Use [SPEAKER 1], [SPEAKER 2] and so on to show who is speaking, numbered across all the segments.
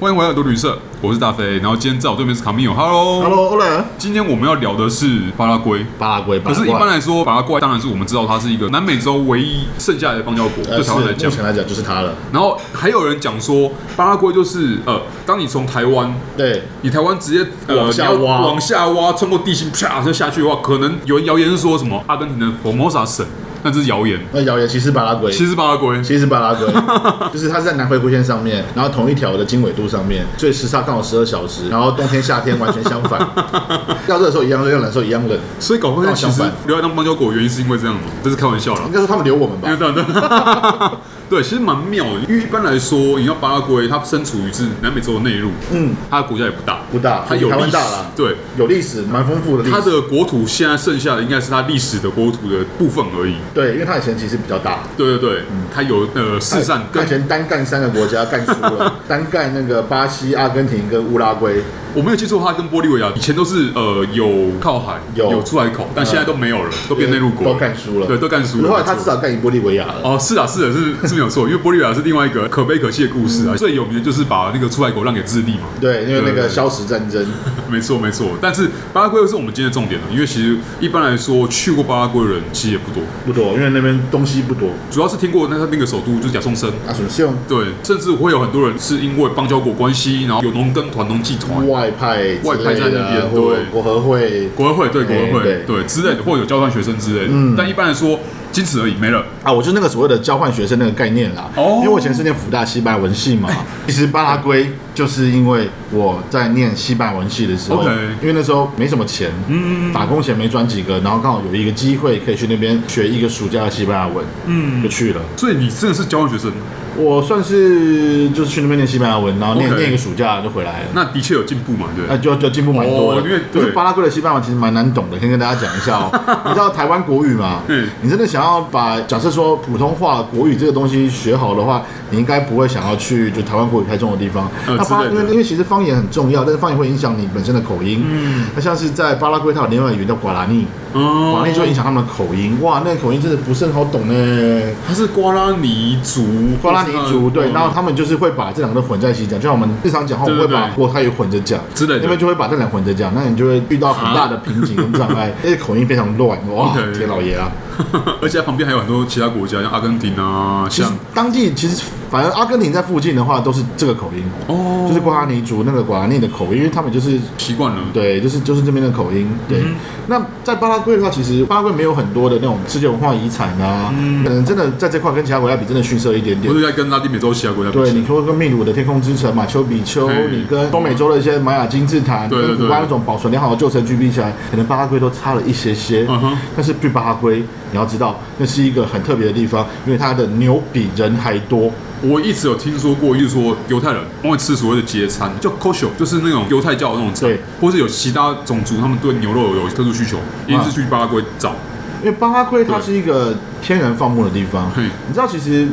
[SPEAKER 1] 欢迎回来多旅社，我是大飞。然后今天在我对面是卡米 o h e l l o
[SPEAKER 2] Hello，欧莱，
[SPEAKER 1] 今天我们要聊的是巴拉圭。
[SPEAKER 2] 巴拉圭，
[SPEAKER 1] 可是，一般
[SPEAKER 2] 来
[SPEAKER 1] 来说，巴拉圭当然是我们知道它是一个南美洲唯一剩下来的邦交国，对台湾来
[SPEAKER 2] 目
[SPEAKER 1] 讲。
[SPEAKER 2] 前来讲呃就是他了。
[SPEAKER 1] 然后还有人讲说，巴拉圭就是呃，当你从台湾，
[SPEAKER 2] 对，
[SPEAKER 1] 你台湾直接呃
[SPEAKER 2] 往下
[SPEAKER 1] 你要
[SPEAKER 2] 挖
[SPEAKER 1] 往下挖，穿过地心啪就下去的话，可能有人谣言是说什么阿根廷的佛摩萨省，那这是谣言，
[SPEAKER 2] 那谣言其实是巴拉圭，
[SPEAKER 1] 其实是巴拉圭。
[SPEAKER 2] 其实是 巴拉圭，就是它是在南回归线上面，然后同一条的经纬度上面，所以时差刚好十二小时，然后冬天夏天完全相 反，要热的时候一样热，要冷的时候一样冷。
[SPEAKER 1] 所以搞半天，
[SPEAKER 2] 刚好
[SPEAKER 1] 其
[SPEAKER 2] 相
[SPEAKER 1] 实
[SPEAKER 2] 反
[SPEAKER 1] 留来当邦交国的原因是因为这样吗？这是开玩笑啦
[SPEAKER 2] 应。该说他们留我们吧
[SPEAKER 1] 因为，这样的， 对，其实蛮妙的。因为一般来说，你要巴拉圭，它身处于是南美洲的内陆，
[SPEAKER 2] 嗯，
[SPEAKER 1] 它的国家也不大，
[SPEAKER 2] 不大，
[SPEAKER 1] 它有
[SPEAKER 2] 台
[SPEAKER 1] 历
[SPEAKER 2] 湾
[SPEAKER 1] 史
[SPEAKER 2] 大啦，
[SPEAKER 1] 对，
[SPEAKER 2] 有历史，蛮丰富的历
[SPEAKER 1] 它
[SPEAKER 2] 史。
[SPEAKER 1] 的国土现在剩下的应该是它历史的国土的部分而已。
[SPEAKER 2] 对，因为他以前其实比较大，
[SPEAKER 1] 对对对，
[SPEAKER 2] 嗯
[SPEAKER 1] 它有呃四散
[SPEAKER 2] 他
[SPEAKER 1] 跟
[SPEAKER 2] 以前单干三个国家干输 了，单干那个巴西、阿根廷跟乌拉圭，
[SPEAKER 1] 我没有记错，它跟玻利维亚以前都是呃有靠海，
[SPEAKER 2] 有嗯
[SPEAKER 1] 出海口，但现在都没有了，都变内陆国了，
[SPEAKER 2] 都干输了
[SPEAKER 1] 对，都干输了。
[SPEAKER 2] 后来他
[SPEAKER 1] 没
[SPEAKER 2] 至
[SPEAKER 1] 错
[SPEAKER 2] 少干赢玻利维亚了。
[SPEAKER 1] 哦，是啊，是啊，是是没有错，因为玻利维亚是另外一个可悲可气的故事
[SPEAKER 2] 嗯
[SPEAKER 1] 啊。最有名的就是把那个出海口让给智利嘛，
[SPEAKER 2] 对，因为那
[SPEAKER 1] 对对
[SPEAKER 2] 个消食战争，
[SPEAKER 1] 没错没错。但是巴拉圭又是我们今天的重点了，因为其实一般来说去过巴拉圭的人其实也不多，
[SPEAKER 2] 不多，因为那边东西不多。
[SPEAKER 1] 主要是听过那他那个首都就是亚松森，
[SPEAKER 2] 阿什用
[SPEAKER 1] 对，甚至会有很多人是因为邦交国关系，然后有农耕团、农技团、
[SPEAKER 2] 外派之
[SPEAKER 1] 外派在
[SPEAKER 2] 类
[SPEAKER 1] 那
[SPEAKER 2] 的
[SPEAKER 1] 边
[SPEAKER 2] 啊，
[SPEAKER 1] 对
[SPEAKER 2] 或国合会
[SPEAKER 1] 国合会对国合
[SPEAKER 2] 哎
[SPEAKER 1] 会
[SPEAKER 2] 对
[SPEAKER 1] 对之类的，或者有交换学生之类的。但一般来说仅此而已，没了。
[SPEAKER 2] 啊，我就那个所谓的交换学生那个概念啦。
[SPEAKER 1] 哦
[SPEAKER 2] 因为我以前是念福大西班牙文系 嘛，其实巴拉圭就是因为我在念西班牙文系的时候
[SPEAKER 1] OK，
[SPEAKER 2] 因为那时候没什么钱，嗯，打工钱没赚几个，然后刚好有一个机会可以去那边学一个暑假的西班牙文，嗯，就去了。
[SPEAKER 1] 所以你真的是交换学生，
[SPEAKER 2] 我算是就是去那边念西班牙文，然后念
[SPEAKER 1] OK
[SPEAKER 2] 念一个暑假就回来了。
[SPEAKER 1] 那的确有进步嘛，对不对？
[SPEAKER 2] 那呃就就进步蛮多的，
[SPEAKER 1] 哦因为
[SPEAKER 2] 可
[SPEAKER 1] 对
[SPEAKER 2] 是巴拉圭的西班牙文其实蛮难懂的，先跟大家讲一下 哦。你知道台湾国语嘛？
[SPEAKER 1] 嗯
[SPEAKER 2] 你真的想要把假设说普通话国语这个东西学好的话，你应该不会想要去就台湾国语太重的地方。
[SPEAKER 1] 呃
[SPEAKER 2] 那巴
[SPEAKER 1] 之类
[SPEAKER 2] 因
[SPEAKER 1] 的
[SPEAKER 2] 为因为其实方言很重要，但是方言会影响你本身的口音。嗯，那像是在巴拉圭，它有另外一个语言叫瓜拉尼，瓜
[SPEAKER 1] 哦
[SPEAKER 2] 拉尼就会影响他们的口音。哇，那个口音真的不是很好懂呢。
[SPEAKER 1] 他是瓜拉尼族，
[SPEAKER 2] 瓜拉尼族对，
[SPEAKER 1] 嗯
[SPEAKER 2] 然后他们就是会把这两个都混在一起讲，就像我们日常讲话，我们会
[SPEAKER 1] 对对
[SPEAKER 2] 把
[SPEAKER 1] 对
[SPEAKER 2] 国泰语混着讲
[SPEAKER 1] 之类的
[SPEAKER 2] 那边就会把这两个混着讲，那你就会遇到很大的瓶颈跟障碍，而且口音非常乱，哇
[SPEAKER 1] OK，
[SPEAKER 2] 天老爷啊！
[SPEAKER 1] 而且它旁边还有很多其他国家，像阿根廷啊，
[SPEAKER 2] 其实
[SPEAKER 1] 像
[SPEAKER 2] 当地其实反正阿根廷在附近的话都是这个口音，
[SPEAKER 1] 哦
[SPEAKER 2] 就是瓜拉尼族那个瓜拉尼的口音，因为他们就是
[SPEAKER 1] 习惯了。
[SPEAKER 2] 对，就是就是这边的口音。对，
[SPEAKER 1] 嗯
[SPEAKER 2] 那在巴拉圭的话，其实巴拉圭没有很多的那种世界文化遗产啊，
[SPEAKER 1] 嗯
[SPEAKER 2] 可能真的在这块跟其他国家比，真的逊色一点点
[SPEAKER 1] 或。者在跟拉丁美洲其他国家比
[SPEAKER 2] 对，
[SPEAKER 1] 起来
[SPEAKER 2] 你说跟秘鲁的天空之城、马丘比丘
[SPEAKER 1] 嘿，
[SPEAKER 2] 你跟东美洲的一些玛雅金字塔，
[SPEAKER 1] 对对
[SPEAKER 2] 跟古巴那种保存良好的旧城区比起来，可能巴拉圭都差了一些些。
[SPEAKER 1] 嗯哼
[SPEAKER 2] 但是去巴拉圭，你要知道那是一个很特别的地方，因为它的牛比人还多。
[SPEAKER 1] 我一直有听说过，就是说犹太人他们会吃所谓的节餐，叫 kosher，就是那种犹太教的那种餐
[SPEAKER 2] 对，
[SPEAKER 1] 或是有其他种族他们对牛肉有特殊需求，一定是去巴拉圭找。
[SPEAKER 2] 因为巴拉圭它
[SPEAKER 1] 对
[SPEAKER 2] 是一个天然放牧的地方
[SPEAKER 1] 嘿，
[SPEAKER 2] 你知道其实。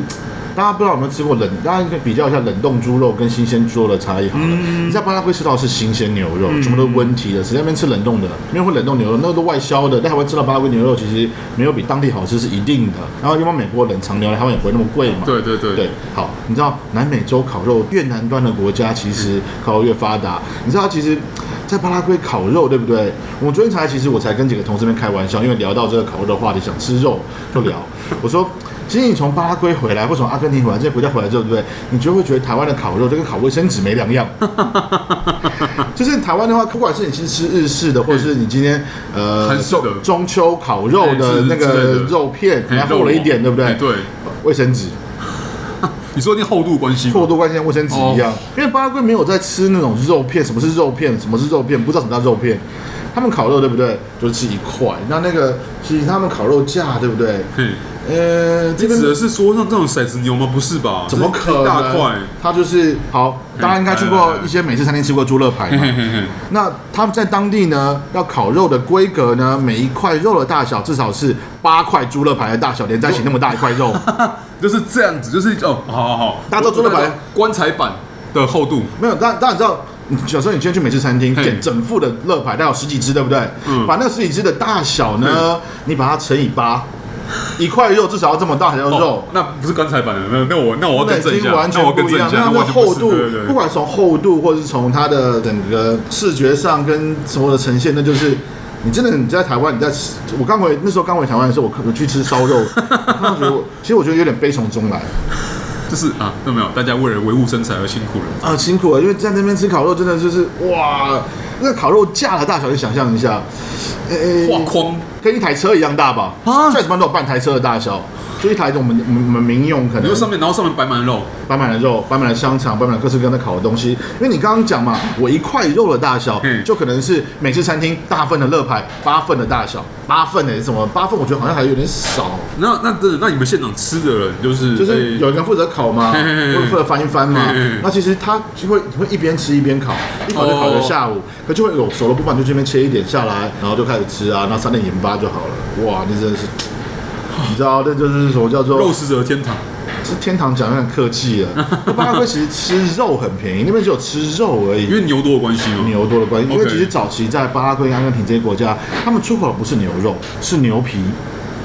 [SPEAKER 2] 大家不知道有没有吃过冷？大家可以比较一下冷冻猪肉跟新鲜猪肉的差异好了。你在巴拉圭吃到的是新鲜牛肉，全部都是温体的，谁在那边吃冷冻的？没有会冷冻牛肉，那个都外销的。在台湾吃到巴拉圭牛肉，其实没有比当地好吃是一定的。然后因为美国冷藏牛肉，台湾也不会那么贵嘛。
[SPEAKER 1] 对对对
[SPEAKER 2] 对，好，你知道南美洲烤肉越南端的国家，其实烤肉越发达。你知道，其实，在巴拉圭烤肉，对不对？我昨天才，其实我才跟几个同事们开玩笑，因为聊到这个烤肉的话题，想吃肉就 聊。我说，其实你从巴拉圭回来，或从阿根廷回来这些国家回来之后，对不对？你就会觉得台湾的烤肉就跟烤卫生纸没 两样。就是台湾的话，不管是你去吃日式的，或者是你今天呃
[SPEAKER 1] 韩式的
[SPEAKER 2] 中中秋烤肉的
[SPEAKER 1] 哎是之
[SPEAKER 2] 那
[SPEAKER 1] 类
[SPEAKER 2] 个
[SPEAKER 1] 的
[SPEAKER 2] 肉片，
[SPEAKER 1] 嘿
[SPEAKER 2] 然后厚了一点，对不
[SPEAKER 1] 哎
[SPEAKER 2] 对？
[SPEAKER 1] 对，
[SPEAKER 2] 卫生纸。
[SPEAKER 1] 你说一定厚度关系吗
[SPEAKER 2] 错多关系像卫生纸一样，因为巴拉圭没有在吃那种肉片，什么是肉片，什么是肉片，不知道什么叫肉片。他们烤肉对不对？就是吃一块，那那个是他们烤肉架对不对？
[SPEAKER 1] 嘿，
[SPEAKER 2] 呃，这
[SPEAKER 1] 你
[SPEAKER 2] 边
[SPEAKER 1] 指的是说像这种骰子牛吗？不是吧？
[SPEAKER 2] 怎么可能？
[SPEAKER 1] 一大块？
[SPEAKER 2] 它就是好，大家应该去过一些美式餐厅吃过猪肋排
[SPEAKER 1] 嘿嘿
[SPEAKER 2] 嘛。
[SPEAKER 1] 嘿嘿，
[SPEAKER 2] 那他们在当地呢，要烤肉的规格呢，每一块肉的大小至少是八块猪肋排的大小，连在一起那么大一块肉。
[SPEAKER 1] 就是这样子，就是哦，好好好，
[SPEAKER 2] 大家都做得白
[SPEAKER 1] 棺材板的厚度，
[SPEAKER 2] 没有，但但你知道，你小时候你今天去美式餐厅
[SPEAKER 1] 嘿
[SPEAKER 2] 点整副的乐牌，大概有十几只，对不对？
[SPEAKER 1] 嗯
[SPEAKER 2] 把那十几只的大小呢，你把它乘以八，一块肉至少要这么大才叫肉
[SPEAKER 1] 哦。那不是棺材板的，那那我那哦我要
[SPEAKER 2] 那
[SPEAKER 1] 更
[SPEAKER 2] 已
[SPEAKER 1] 正一
[SPEAKER 2] 经
[SPEAKER 1] 下，
[SPEAKER 2] 完
[SPEAKER 1] 那我要
[SPEAKER 2] 全
[SPEAKER 1] 更
[SPEAKER 2] 不一
[SPEAKER 1] 正
[SPEAKER 2] 样
[SPEAKER 1] 一，下，
[SPEAKER 2] 那
[SPEAKER 1] 那
[SPEAKER 2] 那
[SPEAKER 1] 完全不
[SPEAKER 2] 厚
[SPEAKER 1] 是
[SPEAKER 2] 度
[SPEAKER 1] 对对，
[SPEAKER 2] 不
[SPEAKER 1] 对
[SPEAKER 2] 管从厚度或是从它的整个视觉上跟所有的呈现，那就是你真的你在台湾，你在吃我刚回那时候刚回台湾的时候，我我去吃烧肉，我觉得我其实我觉得有点悲从中来
[SPEAKER 1] 就是啊，那没有，大家为了维护身材而辛苦了。
[SPEAKER 2] 啊，辛苦了，因为在那边吃烤肉真的就是哇，那烤肉架的大小，你想象一下，呃、
[SPEAKER 1] 画框
[SPEAKER 2] 跟一台车一样大吧？
[SPEAKER 1] 啊
[SPEAKER 2] 再怎么都有半台车的大小，就一台我们我们我们民用可
[SPEAKER 1] 你
[SPEAKER 2] 能
[SPEAKER 1] 说上面，然后上面摆满了肉，
[SPEAKER 2] 摆满了肉，摆满了香肠，摆满了各式各样的烤的东西。因为你刚刚讲嘛，我一块肉的大小，
[SPEAKER 1] 嗯
[SPEAKER 2] 就可能是美式餐厅大份的乐牌八份的大小，八份的、什么八份，我觉得好像还有点少。
[SPEAKER 1] 那那真的，那你们现场吃的人就是
[SPEAKER 2] 就是有一个人负责烤 嘛，
[SPEAKER 1] 嘿嘿嘿
[SPEAKER 2] 或者负责翻一翻嘛
[SPEAKER 1] 嘿嘿嘿。
[SPEAKER 2] 那其实他就会你会一边吃一边烤，一烤就烤到下午，
[SPEAKER 1] 哦
[SPEAKER 2] 可就会有熟的部分就这边切一点下来，然后就开始吃啊，那撒点盐巴就好了。哇，那真的是，你知道这就是什么叫做
[SPEAKER 1] 肉食者天堂，
[SPEAKER 2] 是天堂讲得很客气 了。那巴拉圭其实吃肉很便宜，那边只有吃肉而
[SPEAKER 1] 因
[SPEAKER 2] 已。
[SPEAKER 1] 为牛多的关系嘛。
[SPEAKER 2] 牛多的关系，因为
[SPEAKER 1] OK
[SPEAKER 2] 其实早期在巴拉圭、阿根廷这些国家，他们出口的不是牛肉，是牛皮。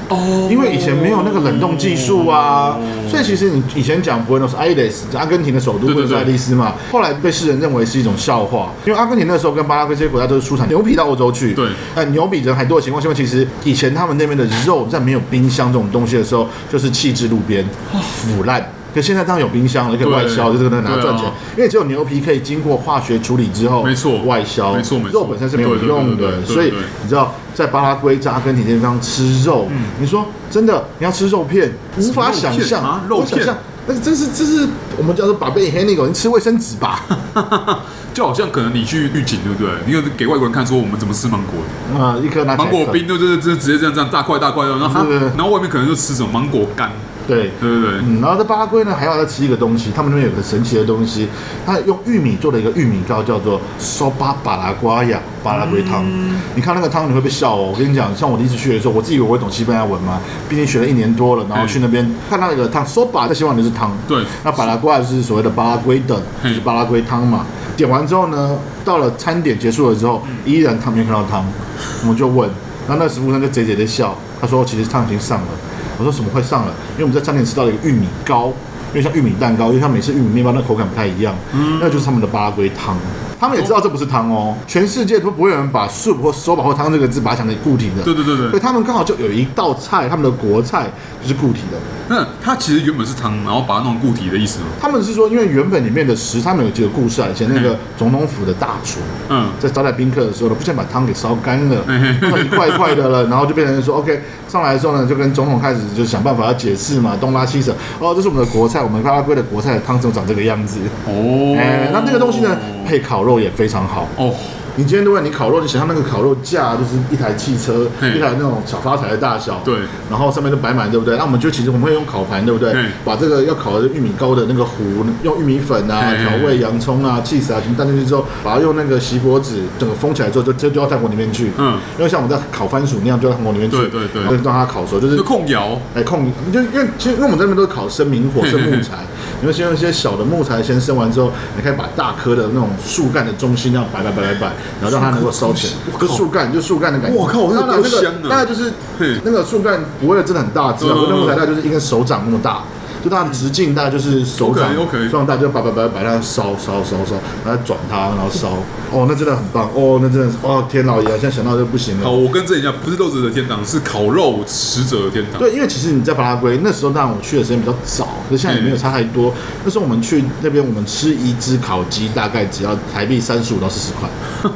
[SPEAKER 1] 哦
[SPEAKER 2] 因为以前没有那个冷冻技术啊，所以其实你以前讲不会那是 i 利斯，阿根廷的首都
[SPEAKER 1] 对对
[SPEAKER 2] 布
[SPEAKER 1] 对
[SPEAKER 2] 宜诺斯艾利斯嘛，后来被世人认为是一种笑话，因为阿根廷那时候跟巴拉圭这些国家都是出产牛皮到欧洲去，
[SPEAKER 1] 对
[SPEAKER 2] 呃，牛比人还多的情况下面，其实以前他们那边的肉在没有冰箱这种东西的时候，就是弃置路边腐烂。可现在当然有冰箱了，可以
[SPEAKER 1] 对
[SPEAKER 2] 外销，就是能拿
[SPEAKER 1] 对啊
[SPEAKER 2] 赚钱。因为只有牛皮可以经过化学处理之后，
[SPEAKER 1] 没错
[SPEAKER 2] 外销，
[SPEAKER 1] 没错没错
[SPEAKER 2] 肉本身是没有
[SPEAKER 1] 对对对对
[SPEAKER 2] 用
[SPEAKER 1] 对
[SPEAKER 2] 的，
[SPEAKER 1] 对
[SPEAKER 2] 所以
[SPEAKER 1] 对
[SPEAKER 2] 你知道，在巴拉圭、在阿根廷这些地方吃肉，
[SPEAKER 1] 嗯
[SPEAKER 2] 你说真的，你要吃肉片，无法想象
[SPEAKER 1] 啊肉
[SPEAKER 2] 无法想
[SPEAKER 1] 片
[SPEAKER 2] 象，那是真是这是我们叫做把贝黑那个，你吃卫生纸 吧？
[SPEAKER 1] 就好像可能你去预警，对不对？你有给外国人看说我们怎么吃芒果，
[SPEAKER 2] 啊，一颗拿起来
[SPEAKER 1] 芒果
[SPEAKER 2] 啃
[SPEAKER 1] 冰，就是就是直接这样这样大块大块的，然后哈
[SPEAKER 2] 对对对
[SPEAKER 1] 然后外面可能就吃什么芒果干，
[SPEAKER 2] 对。
[SPEAKER 1] 对对对，
[SPEAKER 2] 嗯，然后在巴拉圭呢，还要再吃一个东西，他们那边有个神奇的东西，它用玉米做的一个玉米糕，叫做 sopa 巴拉瓜呀巴拉圭汤。
[SPEAKER 1] 嗯
[SPEAKER 2] 你看那个汤，你会被笑哦。我跟你讲，像我第一次去的时候，我自己以为我会懂西班牙文嘛，毕竟学了一年多了，然后去那边、看到那个汤 sopa，在西班牙文就是汤，
[SPEAKER 1] 对
[SPEAKER 2] 那巴拉圭就是所谓的巴拉圭的，就是巴拉圭汤嘛。点完之后呢，到了餐点结束了之后，依然汤没看到汤，我们就问，然后那个服务生就贼贼的笑，他说其实汤已经上了。我说什么会上了？因为我们在餐点吃到了一个玉米糕，因为像玉米蛋糕，因为像每次玉米面包那口感不太一样，
[SPEAKER 1] 嗯
[SPEAKER 2] 那就是他们的巴拉圭汤。他们也知道这不是汤哦，全世界都不会有人把 soup 或 soba 或汤这个字把它想成固体的。
[SPEAKER 1] 对对对对
[SPEAKER 2] 所以他们刚好就有一道菜，他们的国菜就是固体的。
[SPEAKER 1] 那它其实原本是汤，然后把它弄固体的意思嘛。
[SPEAKER 2] 他们是说，因为原本里面的食，他们有几个故事啊。以前那个
[SPEAKER 1] 嗯
[SPEAKER 2] 总统府的大厨
[SPEAKER 1] 嗯，
[SPEAKER 2] 在招待宾客的时候呢，不想把汤给烧干了，
[SPEAKER 1] 嗯
[SPEAKER 2] 弄一块一块的了，然后就变成说，OK，上来的时候呢，就跟总统开始就想办法要解释嘛，东拉西扯。哦，这是我们的国菜，我们巴拉圭的国菜的汤怎么长这个样子？
[SPEAKER 1] 哦
[SPEAKER 2] 哎，那那个东西呢，配烤肉也非常好。
[SPEAKER 1] 哦，
[SPEAKER 2] 你今天如果你烤肉，你想象那个烤肉架就是一台汽车，
[SPEAKER 1] 嘿
[SPEAKER 2] 一台那种小发财的大小，
[SPEAKER 1] 对，
[SPEAKER 2] 然后上面都摆满，对不对？那我们就其实我们会用烤盘，对不对
[SPEAKER 1] 嘿？
[SPEAKER 2] 把这个要烤的玉米糕的那个糊，用玉米粉啊
[SPEAKER 1] 嘿嘿、
[SPEAKER 2] 调味、洋葱啊、气 h 啊全部倒进去之后，把它用那个锡箔纸整个封起来之后，就就丢到炭火里面去。
[SPEAKER 1] 嗯，
[SPEAKER 2] 因为像我们在烤番薯那样，丢到炭火里面去，
[SPEAKER 1] 对对对
[SPEAKER 2] 然后就让它烤熟，就是
[SPEAKER 1] 那控窑
[SPEAKER 2] 来控，就因为其实因为我们这边都是烤生
[SPEAKER 1] 嗯
[SPEAKER 2] 明火、生木材，你会先用一些小的木材先生完之后，你可以把大棵的那种树干的中心这样摆摆摆摆摆，然后让它能够烧起
[SPEAKER 1] 我
[SPEAKER 2] 来，
[SPEAKER 1] 靠
[SPEAKER 2] 就树干就树干的感觉。
[SPEAKER 1] 我靠我
[SPEAKER 2] 那
[SPEAKER 1] 那
[SPEAKER 2] 那
[SPEAKER 1] 多
[SPEAKER 2] 个
[SPEAKER 1] 香啊
[SPEAKER 2] 大概就是
[SPEAKER 1] 嘿
[SPEAKER 2] 那个树干不会真的很大，只要
[SPEAKER 1] 嗯嗯嗯
[SPEAKER 2] 那木材大概就是一根手掌那么大。就它的直径大概就是手掌
[SPEAKER 1] OK，OK
[SPEAKER 2] 手掌大就摆摆摆摆它烧烧烧烧，然后转它，然后烧，哦，那真的很棒，哦，那真的是，哦，天老爷，现在想到就不行了
[SPEAKER 1] 好，。我更正一下，不是肉食者天堂，是烤肉食者的天堂。
[SPEAKER 2] 对，因为其实你在巴拉圭那时候，当然我去的时间比较早，可是现在也
[SPEAKER 1] 嗯
[SPEAKER 2] 没有差太多。那时候我们去那边，我们吃一只烤鸡大概只要台币三十五到四 十块，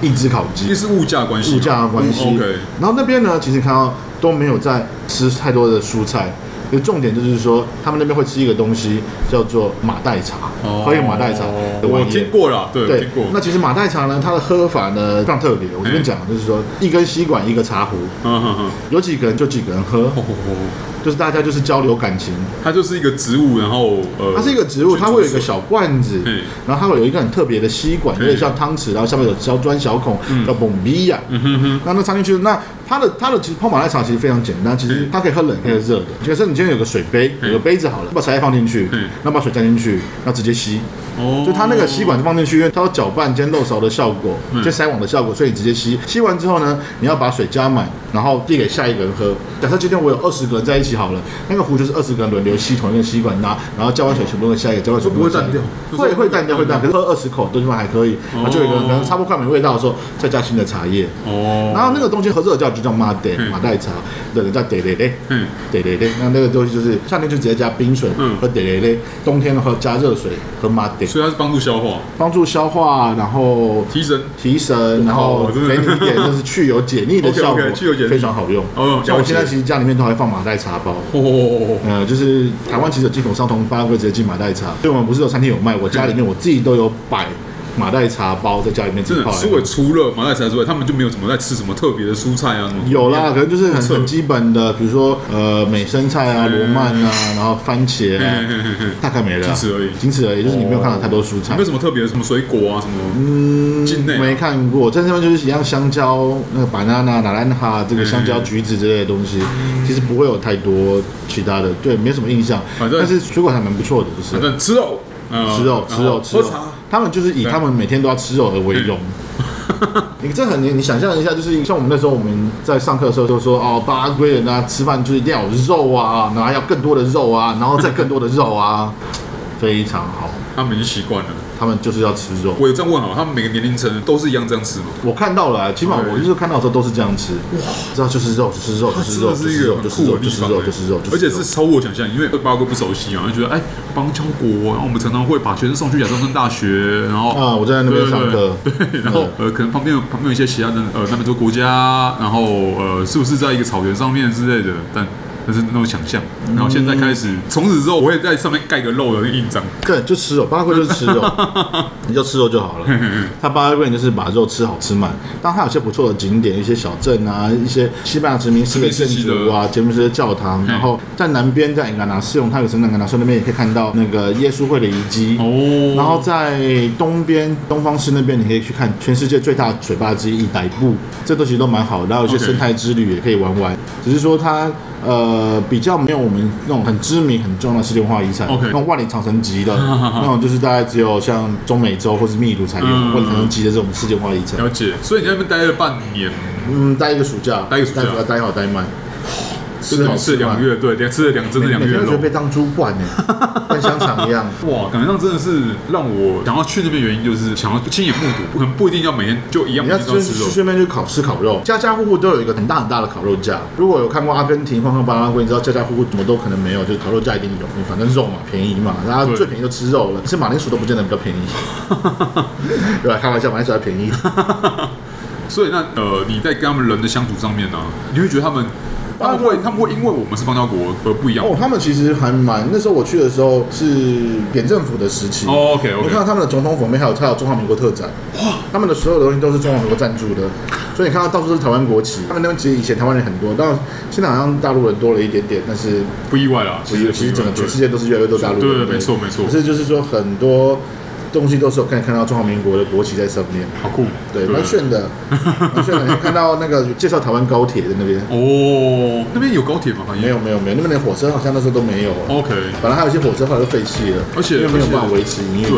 [SPEAKER 2] 一只烤
[SPEAKER 1] 因
[SPEAKER 2] 鸡
[SPEAKER 1] 为，是物价关系嘛，
[SPEAKER 2] 物价的关系。
[SPEAKER 1] 嗯 OK，
[SPEAKER 2] 然后那边呢，其实看到都没有在吃太多的蔬菜。就重点就是说，他们那边会吃一个东西叫做马黛茶，
[SPEAKER 1] 哦
[SPEAKER 2] 喝一个马黛茶的
[SPEAKER 1] 我
[SPEAKER 2] 晚
[SPEAKER 1] 听
[SPEAKER 2] 宴。
[SPEAKER 1] 过啦，对，我
[SPEAKER 2] 对
[SPEAKER 1] 听过，。
[SPEAKER 2] 那其实马黛茶呢，它的喝法呢非常特别。我这
[SPEAKER 1] 嗯
[SPEAKER 2] 边讲的就是说，一根吸管一个茶壶，
[SPEAKER 1] 嗯哼哼，
[SPEAKER 2] 有几个人就几个人喝，
[SPEAKER 1] 哦哦哦
[SPEAKER 2] 就是大家就是交流感情。
[SPEAKER 1] 它就是一个植物，然后呃，
[SPEAKER 2] 它是一个植物，它会有一个小罐子
[SPEAKER 1] 嗯，
[SPEAKER 2] 然后它会有一个很特别的吸管，有点像汤匙，然后上面有小钻小孔，叫蹦比呀。那那插进去，那它的它的其实泡马奶茶其实非常简单，其实
[SPEAKER 1] 嗯
[SPEAKER 2] 它可以喝冷可以喝热的。假设你今天有个水杯，
[SPEAKER 1] 嗯
[SPEAKER 2] 有个杯子好了，把茶叶放进去
[SPEAKER 1] 嗯，
[SPEAKER 2] 那把水加进去，那直接吸，
[SPEAKER 1] 哦
[SPEAKER 2] 就它那个吸管放进去，因为它有搅拌煎豆勺的效果，
[SPEAKER 1] 嗯
[SPEAKER 2] 就筛网的效果，所以你直接吸。吸完之后呢，你要把水加满，然后递给下一个人喝。假设今天我有二十个人在一起好了，那个壶就是二十个人轮流吸同一个吸管拿，然后浇完水全部给下一个，浇完水全部给下一个
[SPEAKER 1] 会不会
[SPEAKER 2] 会
[SPEAKER 1] 淡掉
[SPEAKER 2] 会淡掉会淡，可是喝二十口都地方还可以，然后就有一个人可能差不多快没味道的时候，再加新的茶叶。
[SPEAKER 1] 哦，
[SPEAKER 2] 然后那个东西合作的叫就叫马代
[SPEAKER 1] 嗯
[SPEAKER 2] 马代茶，对，叫得得得
[SPEAKER 1] 嗯
[SPEAKER 2] 得得得。那那个东西就是夏天就直接加冰水
[SPEAKER 1] 嗯
[SPEAKER 2] 喝得得得，冬天的话加热水喝马代，
[SPEAKER 1] 所以它是帮助消化、
[SPEAKER 2] 帮助消化，然后
[SPEAKER 1] 提神。
[SPEAKER 2] 提神，然后
[SPEAKER 1] 真的
[SPEAKER 2] 给你一 点就是去油解腻的
[SPEAKER 1] OK，OK，
[SPEAKER 2] 效果，
[SPEAKER 1] 去油解腻
[SPEAKER 2] 非常好用
[SPEAKER 1] 哦。
[SPEAKER 2] 像我
[SPEAKER 1] 了解
[SPEAKER 2] 现在其实家里面都还放马代茶包。
[SPEAKER 1] 哦，
[SPEAKER 2] 呃，就是台湾其实有进口商从巴拉圭直接进马代茶，所以我们不是有餐厅有卖，我家里面我自己都有摆马代茶包在家里面自
[SPEAKER 1] 真
[SPEAKER 2] 己
[SPEAKER 1] 的，
[SPEAKER 2] 泡来喝。
[SPEAKER 1] 除了除了马来西亚之外，他们就没有什么在吃什么特别的蔬菜啊什么。
[SPEAKER 2] 有啦，可能就是很
[SPEAKER 1] 错
[SPEAKER 2] 很基本的，比如说呃美生菜啊、罗曼啊，然后番茄
[SPEAKER 1] 嘿嘿
[SPEAKER 2] 啊，
[SPEAKER 1] 嘿嘿嘿
[SPEAKER 2] 大概没了啊，
[SPEAKER 1] 仅此而已
[SPEAKER 2] 仅此而已，就是你没有看到太多蔬
[SPEAKER 1] 有
[SPEAKER 2] 菜
[SPEAKER 1] 没有。什么特别的什么水果啊什么？嗯，境内啊
[SPEAKER 2] 没看过，在那边就是一样香蕉、那个 banana、拿兰哈这个香蕉、橘子之类的东西，
[SPEAKER 1] 嗯
[SPEAKER 2] 其实不会有太多其他的，对，没什么印象。
[SPEAKER 1] 反正
[SPEAKER 2] 但是水果还蛮不错的，就是
[SPEAKER 1] 反正吃肉，呃
[SPEAKER 2] 嗯吃肉、
[SPEAKER 1] 然
[SPEAKER 2] 吃
[SPEAKER 1] 后
[SPEAKER 2] 肉、吃肉
[SPEAKER 1] 喝茶。，
[SPEAKER 2] 他们就是以他们每天都要吃肉而为 荣。你这很你你想象一下，就是像我们那时候我们在上课的时候就说哦，巴拉圭人啊，吃饭就是一定要有肉啊，然后要更多的肉啊，然后再更多的肉啊，非常好，
[SPEAKER 1] 他们已经习惯了。
[SPEAKER 2] 他们就是要吃肉。
[SPEAKER 1] 我有这样问好，他们每个年龄层都是一样这样吃吗？
[SPEAKER 2] 我看到了啊、起码我就是看到的时候都是这样吃，知道就是肉，就是肉，就
[SPEAKER 1] 它
[SPEAKER 2] 是
[SPEAKER 1] 真
[SPEAKER 2] 肉，
[SPEAKER 1] 的
[SPEAKER 2] 就是是
[SPEAKER 1] 一个
[SPEAKER 2] 肉，
[SPEAKER 1] 很
[SPEAKER 2] 就是
[SPEAKER 1] 酷
[SPEAKER 2] 肉，
[SPEAKER 1] 的地
[SPEAKER 2] 就是
[SPEAKER 1] 方
[SPEAKER 2] 肉，
[SPEAKER 1] 欸，
[SPEAKER 2] 就是肉，
[SPEAKER 1] 而且
[SPEAKER 2] 就是是肉
[SPEAKER 1] 超乎我想象，因为对八哥不熟悉嘛，就觉得哎，邦交国，哦然后我们常常会把学生送去亚洲生大学，然后
[SPEAKER 2] 啊我在那边上课嗯
[SPEAKER 1] 对对对，对然后呃，可能旁边有旁边有一些其他的呃南美洲国家，然后呃，是不是在一个草原上面之类的，但。但是那种想象，然后现在开
[SPEAKER 2] 嗯
[SPEAKER 1] 始，从此之后我会在上面盖个肉的那个印章，
[SPEAKER 2] 对，就吃肉，巴拉圭就是吃肉， 你就吃肉就好了。他巴拉圭人就是把肉吃好吃满。当然，它有些不错的景点，一些小镇啊，一些西班牙殖民式的建筑啊，杰姆斯的教堂。然后在南边，在纳纳斯用它有圣诞格纳斯那边也可以看到那个耶稣会的遗迹。
[SPEAKER 1] 哦
[SPEAKER 2] 然后在东边东方市那边，你可以去看全世界最大的水坝之一——傣布，这都其实都蛮好的。然后有些
[SPEAKER 1] OK
[SPEAKER 2] 生态之旅也可以玩玩，只是说它呃比较没有我们那种很知名、很重要的世界文化遗产
[SPEAKER 1] OK
[SPEAKER 2] 那种万里长城 级的那种，就是大概只有像中美洲或是秘鲁才有
[SPEAKER 1] 嗯
[SPEAKER 2] 万里长城级的这种世界文化遗产。
[SPEAKER 1] 了解。所以你在那边待了半年，
[SPEAKER 2] 嗯，待一个暑假，
[SPEAKER 1] 待一个暑假
[SPEAKER 2] 待好待满，
[SPEAKER 1] 吃了吃了两个月，对，两吃了两真的
[SPEAKER 2] 每
[SPEAKER 1] 两个
[SPEAKER 2] 天
[SPEAKER 1] 月
[SPEAKER 2] 都觉
[SPEAKER 1] 肉
[SPEAKER 2] 得，被当猪惯 呢，灌香肠一样。
[SPEAKER 1] 哇，感觉上真的是让我想要去那边原因就是想要亲眼目睹，可能不一定要每天就一样
[SPEAKER 2] 你
[SPEAKER 1] 每
[SPEAKER 2] 要
[SPEAKER 1] 天都
[SPEAKER 2] 去
[SPEAKER 1] 要吃肉。
[SPEAKER 2] 顺便去烤吃烤肉，家家户户都有一个很大很大的烤肉架。如果有看过阿根廷、看过巴拉圭，你知道家家户户怎么都可能没有，就是烤肉架一定有，因为反正肉嘛便宜嘛，大家
[SPEAKER 1] 对
[SPEAKER 2] 最便宜就吃肉了，吃马铃薯都不见得比较 便宜，对吧？开玩笑，马铃薯还便宜。
[SPEAKER 1] 所以那呃，你在跟他们人的相处上面呢、你会觉得他们他们会他们会因为我们是邦交国而不一样。
[SPEAKER 2] 哦，他们其实还蛮，那时候我去的时候是扁政府的时期。
[SPEAKER 1] 哦，OK，OK
[SPEAKER 2] 我看到他们的总统府里面还有还有中华民国特展，哇，他们的所有的东西都是中华民国赞助的，所以你看到到处都是台湾国旗。他们那边其实以前台湾人很多，但现在好像大陆人多了一点点，但是
[SPEAKER 1] 不意外啦，
[SPEAKER 2] 其实其实整个全世界都是越来越多大陆
[SPEAKER 1] 对
[SPEAKER 2] 人
[SPEAKER 1] 对没错没错
[SPEAKER 2] 可是就是说很多东西都是有看看到中华民国的国旗在上面，
[SPEAKER 1] 好酷，
[SPEAKER 2] 对，蛮炫 的，蛮炫的。你看到那个介绍台湾高铁的那边，
[SPEAKER 1] 嗯哦，那边有高铁吗？反正
[SPEAKER 2] 没有没有没有，那边连火车好像那时候都没有啊。
[SPEAKER 1] OK，
[SPEAKER 2] 本来还有一些火车后来都废弃了，
[SPEAKER 1] 哦而且
[SPEAKER 2] 因为没有办法维持营业。
[SPEAKER 1] 对，